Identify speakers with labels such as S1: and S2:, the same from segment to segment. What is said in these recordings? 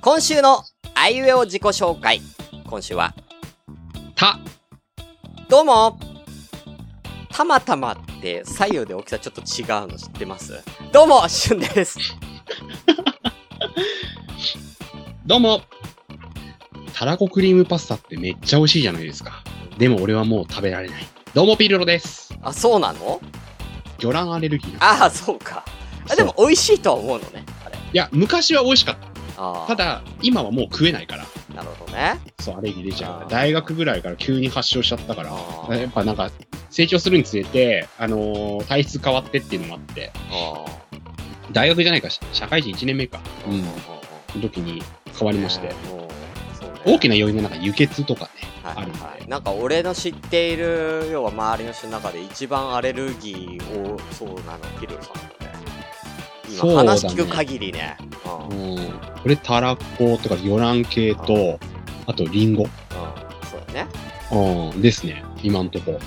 S1: 今週のあいうえお自己紹介。今週は、
S2: た、
S1: どうもたまたまって左右で大きさちょっと違うの知ってますどうもしゅんです
S2: どうも。たらこクリームパスタってめっちゃ美味しいじゃないですか。でも俺はもう食べられない。どうも、ピルロです。
S1: あ、そうなの
S2: 魚卵アレルギーな。
S1: ああ、そうか。あでも美味しいとは思うのね。あれ。
S2: いや、昔は美味しかった。
S1: あ
S2: た
S1: あ、
S2: だ、今はもう食えないから。
S1: なるほどね。
S2: そう、アレルギー出ちゃうか
S1: あー
S2: ら。大学ぐらいから急に発症しちゃったから。
S1: あー
S2: やっぱなんか、成長するにつれて、あのー体質変わってっていうのもあって、
S1: あ
S2: 大学じゃないか、し社会人1年目か。
S1: あ。うん。
S2: の時に変わりまして。大
S1: 大
S2: き
S1: な、
S2: な要因がなんか輸血とかね。
S1: はいは
S2: ある
S1: い、なんか俺の知っている要は周りの人の中で一番アレルギーをそうなのピルさんだね
S2: そう
S1: 今
S2: だね
S1: 話聞く限りねうんうん
S2: うん。これ、たらことか、魚卵系と、あと、リンゴ。
S1: そうだね
S2: うん。ですね。今のところ。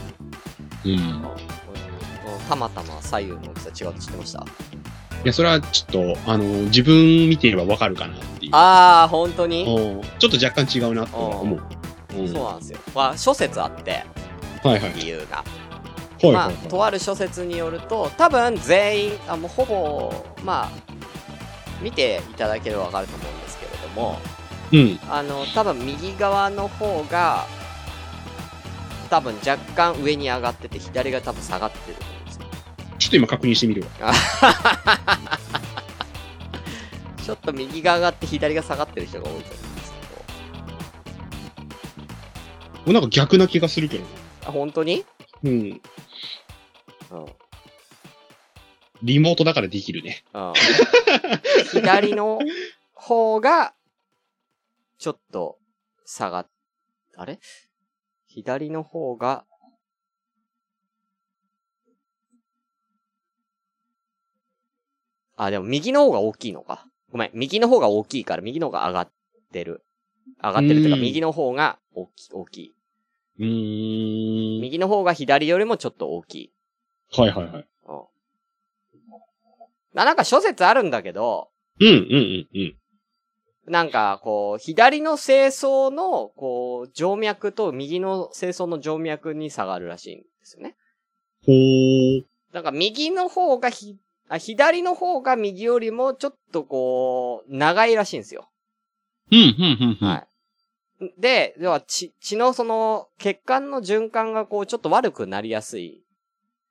S2: うん。
S1: うん
S2: い
S1: うんたまたま左右の大きさ違うって知ってました
S2: や、それはちょっと、あの、自分見てればわかるかなっていう。
S1: ああ本当に
S2: うんちょっと若干違うなって思う。うん。
S1: そう
S2: は
S1: なんですよまあ諸説あって
S2: いはい。
S1: 理由が
S2: はい
S1: ま
S2: は
S1: あ
S2: い、はい。
S1: とある諸説によると多分全員あもうほぼまあ見ていただければ分かると思うんですけれども
S2: うん。
S1: あの多分右側の方が多分若干上に上がってて左が多分下がってると思うんですよ
S2: ちょっと今確認してみるわ。
S1: ちょっと右が上がって左が下がってる人が多いと思うんですけど
S2: もうなんか逆な気がするけど。
S1: あ本当に、
S2: うん。
S1: うんうん、
S2: リモートだからできるね。
S1: 左の方がちょっと下がっあれ左の方があ、でも右の方が大きいのか。ごめん、右の方が大きいから、右の方が上がってる。上がってるっていうか、
S2: うん
S1: 右の方が大きい、大きい。
S2: うーん。
S1: 右の方が左よりもちょっと大きい。
S2: はいはいはい。
S1: うん。ななんか諸説あるんだけど、
S2: うんうんうんうん。
S1: なんか、こう、左の清層の、こう、静脈と右の清層の静脈に差があるらしいんですよね。
S2: ほー。
S1: なんか、右の方がひ、あ、左の方が右よりも、ちょっとこう、長いらしいんですよ。
S2: うんうんうんうん。
S1: はい。で、要は、血、血のその、血管の循環がこう、ちょっと悪くなりやすい。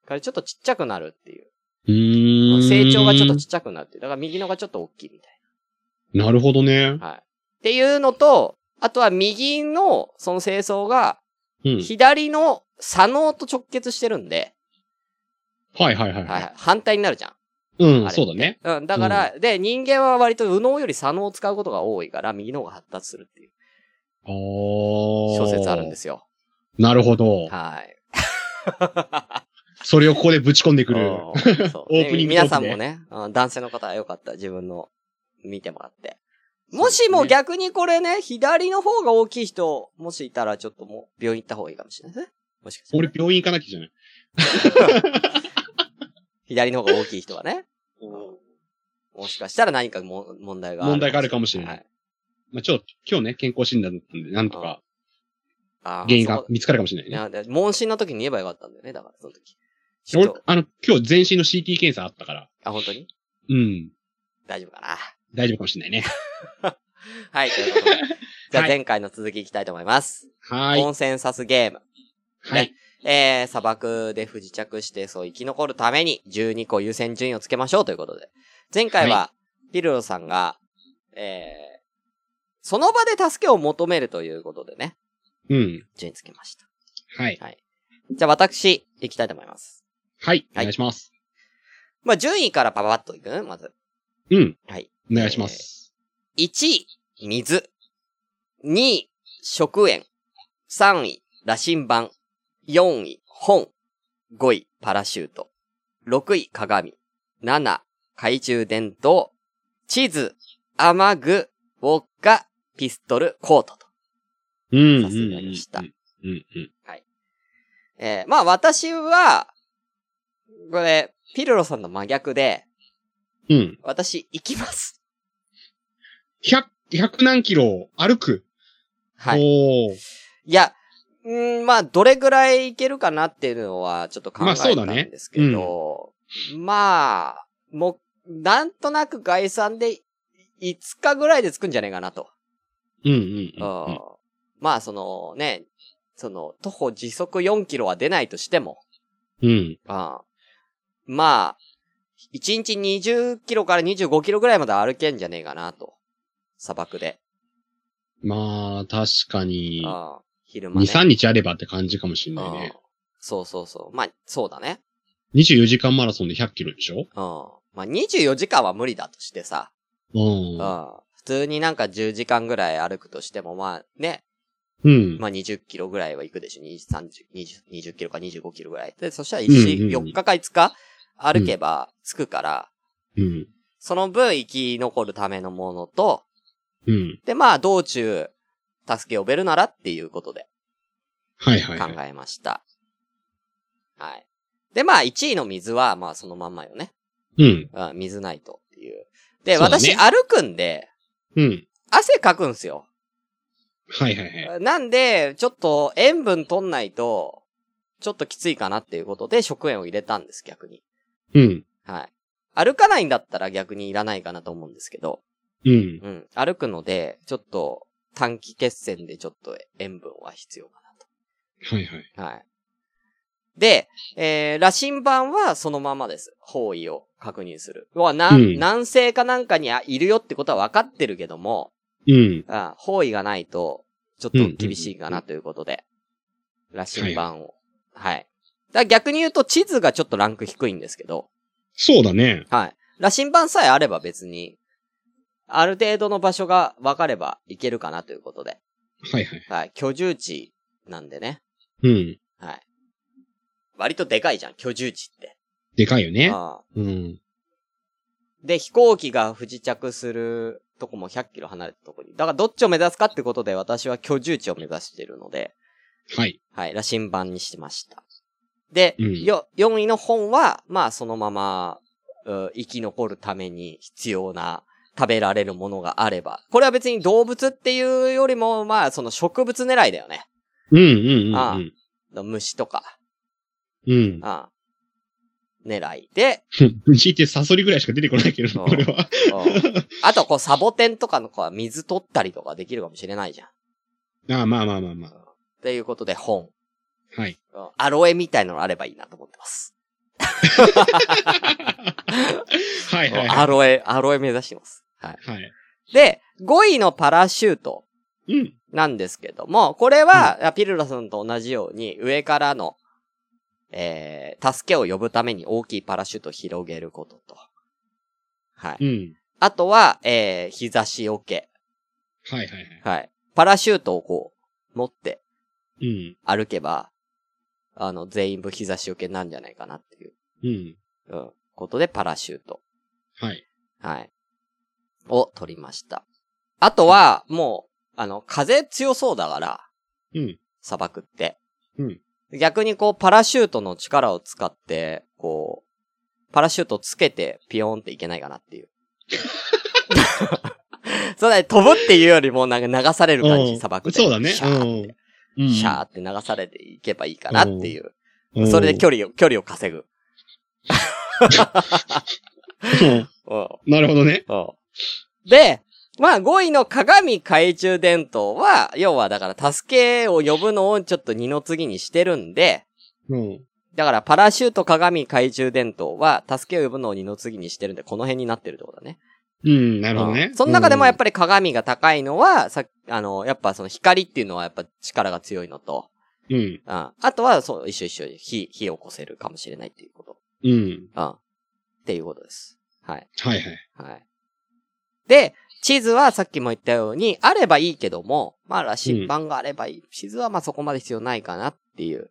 S1: から、ちょっとちっちゃくなるっていう。
S2: うーん。
S1: 成長がちょっとちっちゃくなるっていう。だから、右のがちょっと大きいみたいな。
S2: なるほどね。
S1: はい。っていうのと、あとは右のその清掃が、
S2: うん。
S1: 左の左脳と直結してるんで、
S2: はいはいはい。
S1: はいはい、反対になるじゃん。
S2: う
S1: あ
S2: ん、
S1: れ
S2: そうだね。
S1: うん、だから、で、人間は割と右脳より左脳を使うことが多いから、右脳が発達するっていう
S2: あー。
S1: 小説あるんですよ。
S2: なるほど。
S1: はい。
S2: それをここでぶち込んでくる。
S1: うんそう
S2: オープニングト
S1: 皆
S2: ークで
S1: さんもね、うん男性の方はよかった、自分の見てもらって。もしも逆にこれね、左の方が大きい人、もしいたらちょっともう病院行った方がいいかもしれないですね。もしかしたら
S2: 俺、病院行かなきゃじゃない。
S1: 左の方が大きい人はね。もしかしたら何かも問題がある。
S2: 問題があるかもしれないまあ、ちょっと、今日ね、健康診断だったんで、なんとか
S1: 原
S2: 原因が見つかるかもしれ
S1: い
S2: ないね。
S1: や、で問診の時に言えばよかったんだよね、だから、その時。ちょっ
S2: 俺
S1: と、、
S2: あの、今日全身の CT 検査あったから。
S1: あ、本当に
S2: うん。
S1: 大丈夫かな。
S2: 大丈夫かもしれないね。
S1: はい、ということで。じゃあ
S2: はい
S1: 前回の続きいきたいと思います。
S2: はーい。
S1: コンセンサスゲーム。
S2: はい。
S1: えー、砂漠で不時着して、そう生き残るために12個優先順位をつけましょうということで。前回は、ピルロさんが、えー、その場で助けを求めるということでね、
S2: うん。
S1: 順位つけました。
S2: はい。
S1: じゃあ私、行きたいと思います。
S2: はい。お
S1: はい
S2: 願いします。
S1: まあ、順位からパパッといくね、まず。
S2: うん。
S1: はい。
S2: お願いします。
S1: 1位、水。2位、食塩。3位、羅針盤。4位、本。5位、パラシュート。6位、鏡。7、懐中電灯。地図、雨具、ウォッカ、ピストル、コートと。
S2: うん。うん
S1: さすがでした
S2: うんうん。うん。
S1: えーまあ私は、これ、ピルロさんの真逆で、
S2: うん。
S1: 私、行きます。
S2: 100 100何キロを歩く。
S1: はい。
S2: おー
S1: いや、うんまあ、どれぐらいいけるかなっていうのは、ちょっと考
S2: ま
S1: え
S2: あそう
S1: た
S2: だ
S1: ん
S2: ね
S1: ですけど、まあ、もう、なんとなく概算で5日ぐらいで着くんじゃねえかなと。
S2: うんうんうんうん、
S1: うんまあ、そのね、その、徒歩時速4キロは出ないとしても、
S2: うん。
S1: ああまあ、1日20キロから25キロぐらいまで歩けんじゃねえかなと。砂漠で。
S2: まあ、確かに、
S1: ああ昼間、
S2: 2、
S1: ね。
S2: 3日あればって感じかもしれない
S1: あ
S2: ね
S1: あ。そうそうそう。まあ、そうだね。
S2: 24時間マラソンで100キロでしょ
S1: うん。まあ、24時間は無理だとしてさ。
S2: うん
S1: う。ん。普通になんか10時間ぐらい歩くとしても、まあね、
S2: うん。
S1: まあ20キロぐらいは行くでしょ。20、30、20、20キロか25キロぐらい。で、そしたら
S2: うんう
S1: 1、
S2: んうん
S1: 4日か5日歩けば着くから、
S2: うん。
S1: その分生き残るためのものと、
S2: うん。
S1: で、まあ、道中、助け呼べるならっていうことで
S2: はいはい
S1: 考
S2: はい。
S1: えました。はい。で、まあ、1位の水は、まあ、そのまんまよね。
S2: うん。
S1: うん、水ないとっていう。で、
S2: そうだ
S1: 私、
S2: ね
S1: 歩くんで、
S2: うん。
S1: 汗かくんすよ。
S2: はいはいはい。
S1: なんで、ちょっと塩分取んないと、ちょっときついかなっていうことで食塩を入れたんです、逆に。
S2: うん。
S1: はい。歩かないんだったら逆にいらないかなと思うんですけど。
S2: うん。
S1: うん。歩くので、ちょっと短期決戦でちょっと塩分は必要か
S2: はいはい。
S1: な。はい。で、えー、羅針盤はそのままです。方位を確認する。は、な、
S2: うん
S1: 南西かなんかにあいるよってことは分かってるけども、
S2: うん。
S1: あ方位がないと、ちょっと厳しいかなということで、羅針盤を。はい。だから逆に言うと地図がちょっとランク低いんですけど、
S2: そうだね。
S1: はい。羅針盤さえあれば別に、ある程度の場所が分かればいけるかなということで。
S2: はいはい。
S1: はい。居住地なんでね。
S2: うん。
S1: はい。割とでかいじゃん、居住地って。
S2: でかいよね。
S1: ああ
S2: うん。
S1: で、飛行機が不時着するとこも100キロ離れたとこに。だからどっちを目指すかってことで私は居住地を目指してるので、
S2: はい。
S1: はい、羅針盤にしてました。で、
S2: うん
S1: よ4位の本は、まあそのまま、う生き残るために必要な食べられるものがあれば。これは別に動物っていうよりも、まあその植物狙いだよね。
S2: うんうんうん
S1: ああ
S2: うん。
S1: 虫とか、
S2: うん。
S1: ああ狙いで、
S2: 虫ってサソリぐらいしか出てこないけど、
S1: うん
S2: これは。
S1: うんあとこうサボテンとかの子は水取ったりとかできるかもしれないじゃん。っ
S2: ああ、まあまあまあまあ。
S1: ていうことで本。
S2: はい。
S1: うんアロエみたいなのあればいいなと思って ます。
S2: はいはい
S1: ア
S2: は
S1: ロエ、アロエ目指してます。はい。
S2: い。はい。
S1: で、5位のパラシュート
S2: うん。
S1: なんですけども、これは、あピルラさんと同じように上からの、えー、助けを呼ぶために大きいパラシュートを広げることと。は
S2: う
S1: い。
S2: ん。
S1: あとは、えー、日差しよけ。
S2: はいはいはい。
S1: はい。パラシュートをこう、持って
S2: うん。
S1: 歩けば、あの、全員分日差しよけなんじゃないかなっていう、
S2: うん。
S1: うん、ことでパラシュート。
S2: はい。
S1: はい。を取りました。あとは、もう、あの、風強そうだから、
S2: うん。
S1: 砂漠って。
S2: うん。
S1: 逆にこう、パラシュートの力を使って、こう、パラシュートつけて、ピヨーンっていけないかなっていう。 そうだね、飛ぶっていうよりも、なんか流される感
S2: う
S1: じ、
S2: ん
S1: 砂漠で。
S2: そうだね
S1: シャーって、
S2: うん。
S1: シャーって流されていけばいいかなっていう。
S2: うん
S1: それで距離を、距離を稼ぐ。
S2: うん
S1: うん。
S2: なるほどね。
S1: うん。で、まあ5位の鏡懐中電灯は、要はだから助けを呼ぶのをちょっと二の次にしてるんで、
S2: うん。
S1: だからパラシュート鏡懐中電灯は助けを呼ぶのを二の次にしてるんで、この辺になってるってことだね。
S2: うん、なるほどね
S1: う。んその中でもやっぱり鏡が高いのは、さあの、やっぱその光っていうのはやっぱ力が強いのと、
S2: り。うん。
S1: うん。あとは、そう、一緒一緒、火、火を起こせるかもしれないっていうこと。
S2: うん。
S1: うん。っていうことです。はい。
S2: はいはい。
S1: はい。で、地図はさっきも言ったように、あればいいけども、まあ、羅針盤があればいい。地図はまあそこまで必要ないかなっていう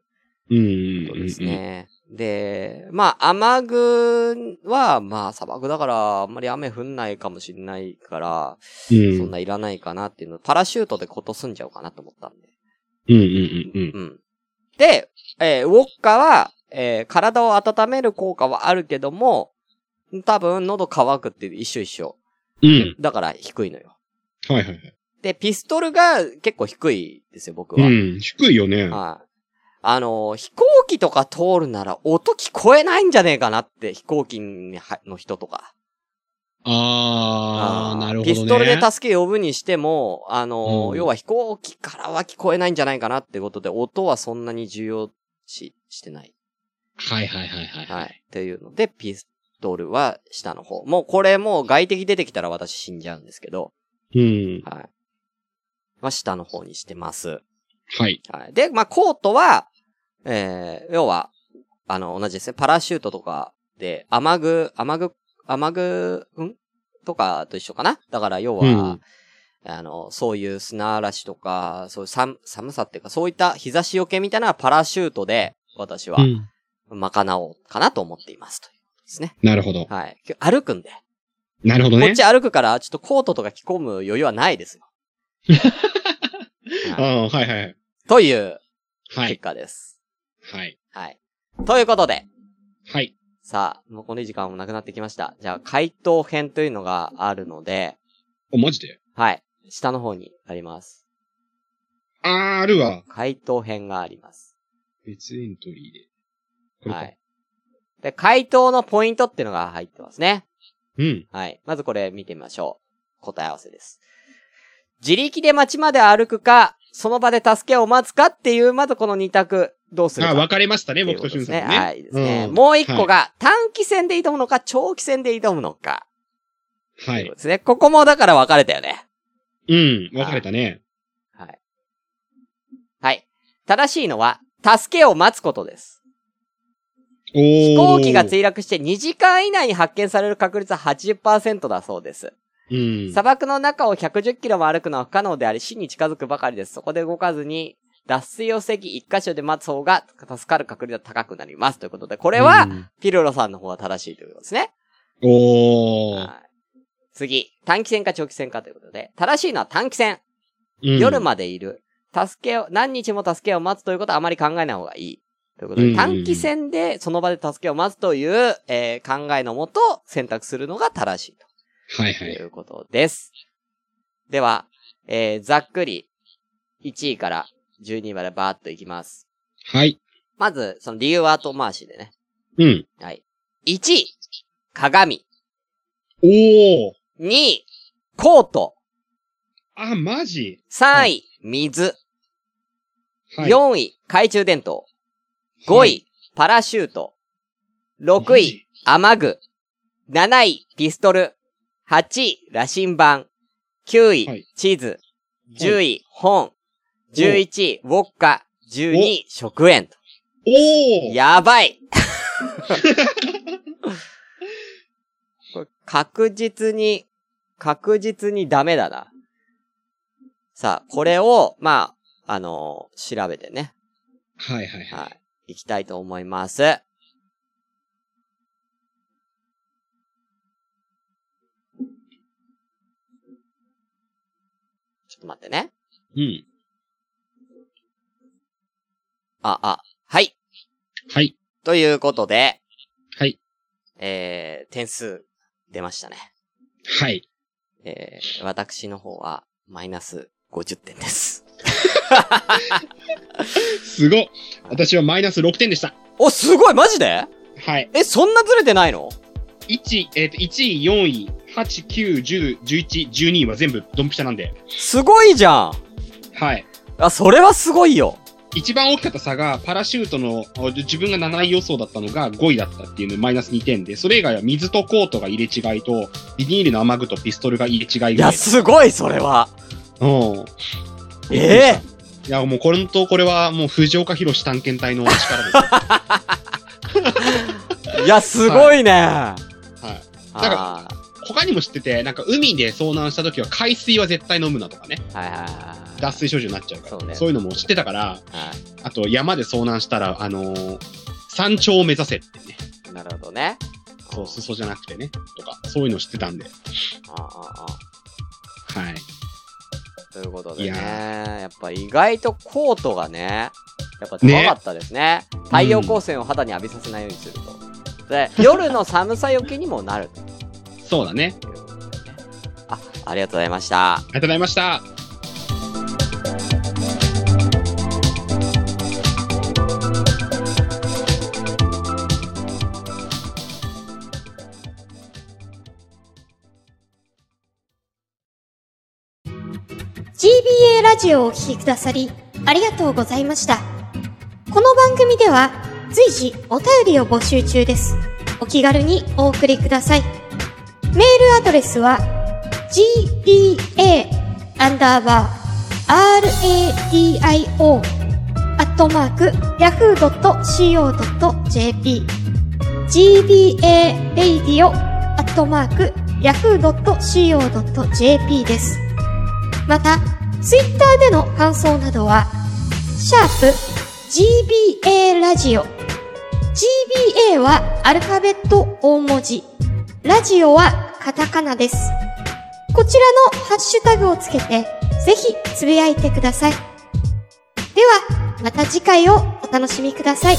S2: う
S1: こ
S2: んうん。
S1: と
S2: うん
S1: です。ね。で、まあ、雨具は、まあ、砂漠だから、あんまり雨降んないかもしれないから、
S2: うん。う
S1: そん
S2: ん
S1: ないらないかなっていうの、パラシュートでこと済んじゃうかなと思ったんで。
S2: うんうんうん。
S1: うん。で、えーウォッカは、えー体を温める効果はあるけども、多分喉乾くって一緒一緒。
S2: うん。
S1: だから低いのよ。
S2: はいはい
S1: で、ピストルが結構低いですよ、僕は。
S2: はい。うん、低いよね。
S1: はい。あの、飛行機とか通るなら音聞こえないんじゃねえかなって、飛行機にはの人とか。
S2: あー、なるほどね。
S1: ピストルで助け呼ぶにしても、あの、
S2: うん
S1: 要は飛行機からは聞こえないんじゃないかなってことで、音はそんなに重要視してない。
S2: はいはいはいはい。
S1: はい。っていうので、ピストルは下の方。もうこれもう外敵出てきたら私死んじゃうんですけど、
S2: うん。
S1: はい。は下の方にしてます。
S2: はい。
S1: はい。で、まあ、コートは、えー、要は、あの、同じですね。パラシュートとかで、雨具、雨具、雨具、んとかと一緒かなだから、要は、
S2: うん
S1: あの、そういう砂嵐とか、そういう寒、寒さっていうか、そういった日差しよけみたいなパラシュートで、私は
S2: う、ん。
S1: 賄おうかなと思っています。ということですね。
S2: なるほど。
S1: はい。歩くんで。
S2: なるほど
S1: こ
S2: ね。
S1: っち歩くから、ちょっとコートとか着込む余裕はない ですよ。
S2: あ
S1: はい
S2: ーはいはい。
S1: という
S2: は
S1: 結
S2: い。
S1: 果です。
S2: はい。
S1: はい。ということで、
S2: はい。
S1: さあ、もうこの時間もなくなってきました。じゃあ、回答編というのがあるので、
S2: お、マジで
S1: はい。下の方にあります。
S2: あー、あるわ。
S1: 回答編があります。
S2: 別エントリーで。これか
S1: は。い。で、回答のポイントっていうのが入ってますね。
S2: うん。
S1: はい。まずこれ見てみましょう。答え合わせです。自力で街まで歩くか、その場で助けを待つかっていう、まずこの二択、どうするか。
S2: あ、分かれましたね、
S1: っていう
S2: 僕
S1: ことで
S2: しゅん
S1: す
S2: さ
S1: ね。
S2: んね。
S1: はい。ですね。
S2: うん
S1: もう一個が、短期戦で挑むのか、長期戦で挑むのか。
S2: は
S1: というこ
S2: い
S1: と。ですね。ここもだから分かれたよね。
S2: うん、分かれたね。
S1: はい。はい。正しいのは、助けを待つことです。
S2: お
S1: 飛
S2: 飛
S1: 行機が墜落して2時間以内に発見される確率は80%だそうです。
S2: うん。
S1: 砂漠の中を110キロも歩くのは不可能であり、死に近づくばかりです。そこで動かずに、脱水を防ぎ、一箇所で待つ方が助かる確率は高くなります。ということで、こ
S2: こ
S1: れは、、ピルロさんの方は正しいということですね。
S2: おー。
S1: はい次、短期戦か長期戦かということで、正しいのは短期戦。
S2: うん
S1: 夜までいる。助けを、何日も助けを待つということはあまり考えない方がいい。ということ
S2: うんう
S1: で、
S2: ん
S1: 短期戦でその場で助けを待つという、えー考えのもと選択するのが正しい
S2: はい
S1: と
S2: はいい。
S1: うことです。では、えーざっくり、1位から12位までバーっといきます。
S2: はい。
S1: まず、その理由は後回しでね。
S2: うん。
S1: はい。1位、鏡。
S2: おー。
S1: 2位、コート。
S2: あ、マジ
S1: 3位、水。
S2: はい。
S1: 4位、懐中電灯。5
S2: は
S1: 位
S2: い、
S1: パラシュート。6位、雨具。7位、ピストル。8位、羅針盤。9
S2: は
S1: 位
S2: い、
S1: 地図。10位、本。11位、ウォッカ。12位、食塩と。
S2: おー
S1: やば いこれ確実に、確実にダメだな。さあ、これを、まあ、あのー調べてね。
S2: はいはいは
S1: はい。行きたいと思います。ちょっと待ってね。
S2: い。
S1: あ、あ、はい。
S2: うん。はい。
S1: ということで、
S2: はい。
S1: えー、点数出ましたね。
S2: はい。
S1: えー、私の方はマイナス50点です。
S2: すごっ私はマイナス6点でした。
S1: お、すごいマジで
S2: はい。
S1: え、そんなずれてないの
S2: 1、えっ、と、1位、4位、8、9、10、11、12位は全部ドンピシャなんで。
S1: すごいじゃん
S2: はい。
S1: あ、それはすごいよ
S2: 一番大きかった差が、パラシュートの、あ自分が7位予想だったのが5位だったっていうのでマイナス2点で、それ以外は水とコートが入れ違いと、ビニールの雨具とピストルが入れ違い
S1: い
S2: ぐら
S1: や、
S2: い。
S1: すごいそれは
S2: うん。
S1: ええ
S2: いや、もうこれと、これはもう藤岡弘探検隊の力です。はい
S1: や、すごいね、あ
S2: い。なん
S1: あ
S2: 他にも知ってて、なんか海で遭難した時は海水は絶対飲むなとかね。
S1: ーはいはいはい。
S2: 脱水症状になっちゃうから。
S1: そ
S2: そうう
S1: ね
S2: いうのも知ってたから、
S1: は
S2: あと山で遭難したら、あのー山頂を目指せってね。
S1: い。なるほどね。
S2: そう、裾じゃなくてね。とか、そういうの知ってたんで。
S1: ああああ
S2: はい。
S1: ということでね。
S2: い
S1: や
S2: や
S1: っぱ意外とコートがね、やっぱ高かったですね。太陽光線を肌に浴びさせないようにすると。 で、夜の寒さよけにもなるとい
S2: そうだね。
S1: うことでね。あ、ありがとうございました。
S2: りがとうございました。
S3: GBA ラジオをお聴きくださり、ありがとうございました。この番組では、随時お便りを募集中です。お気軽にお送りください。メールアドレスは、gba, アンダーバー、radio, アットマーク、yahoo.co.jp gba, radio, アットマーク、yahoo.co.jp です。また、ツイッターでの感想などは、シャープ GBA ラジオ。GBA はアルファベット大文字。ラジオはカタカナです。こちらのハッシュタグをつけて、ぜひつぶやいてください。では、また次回をお楽しみください。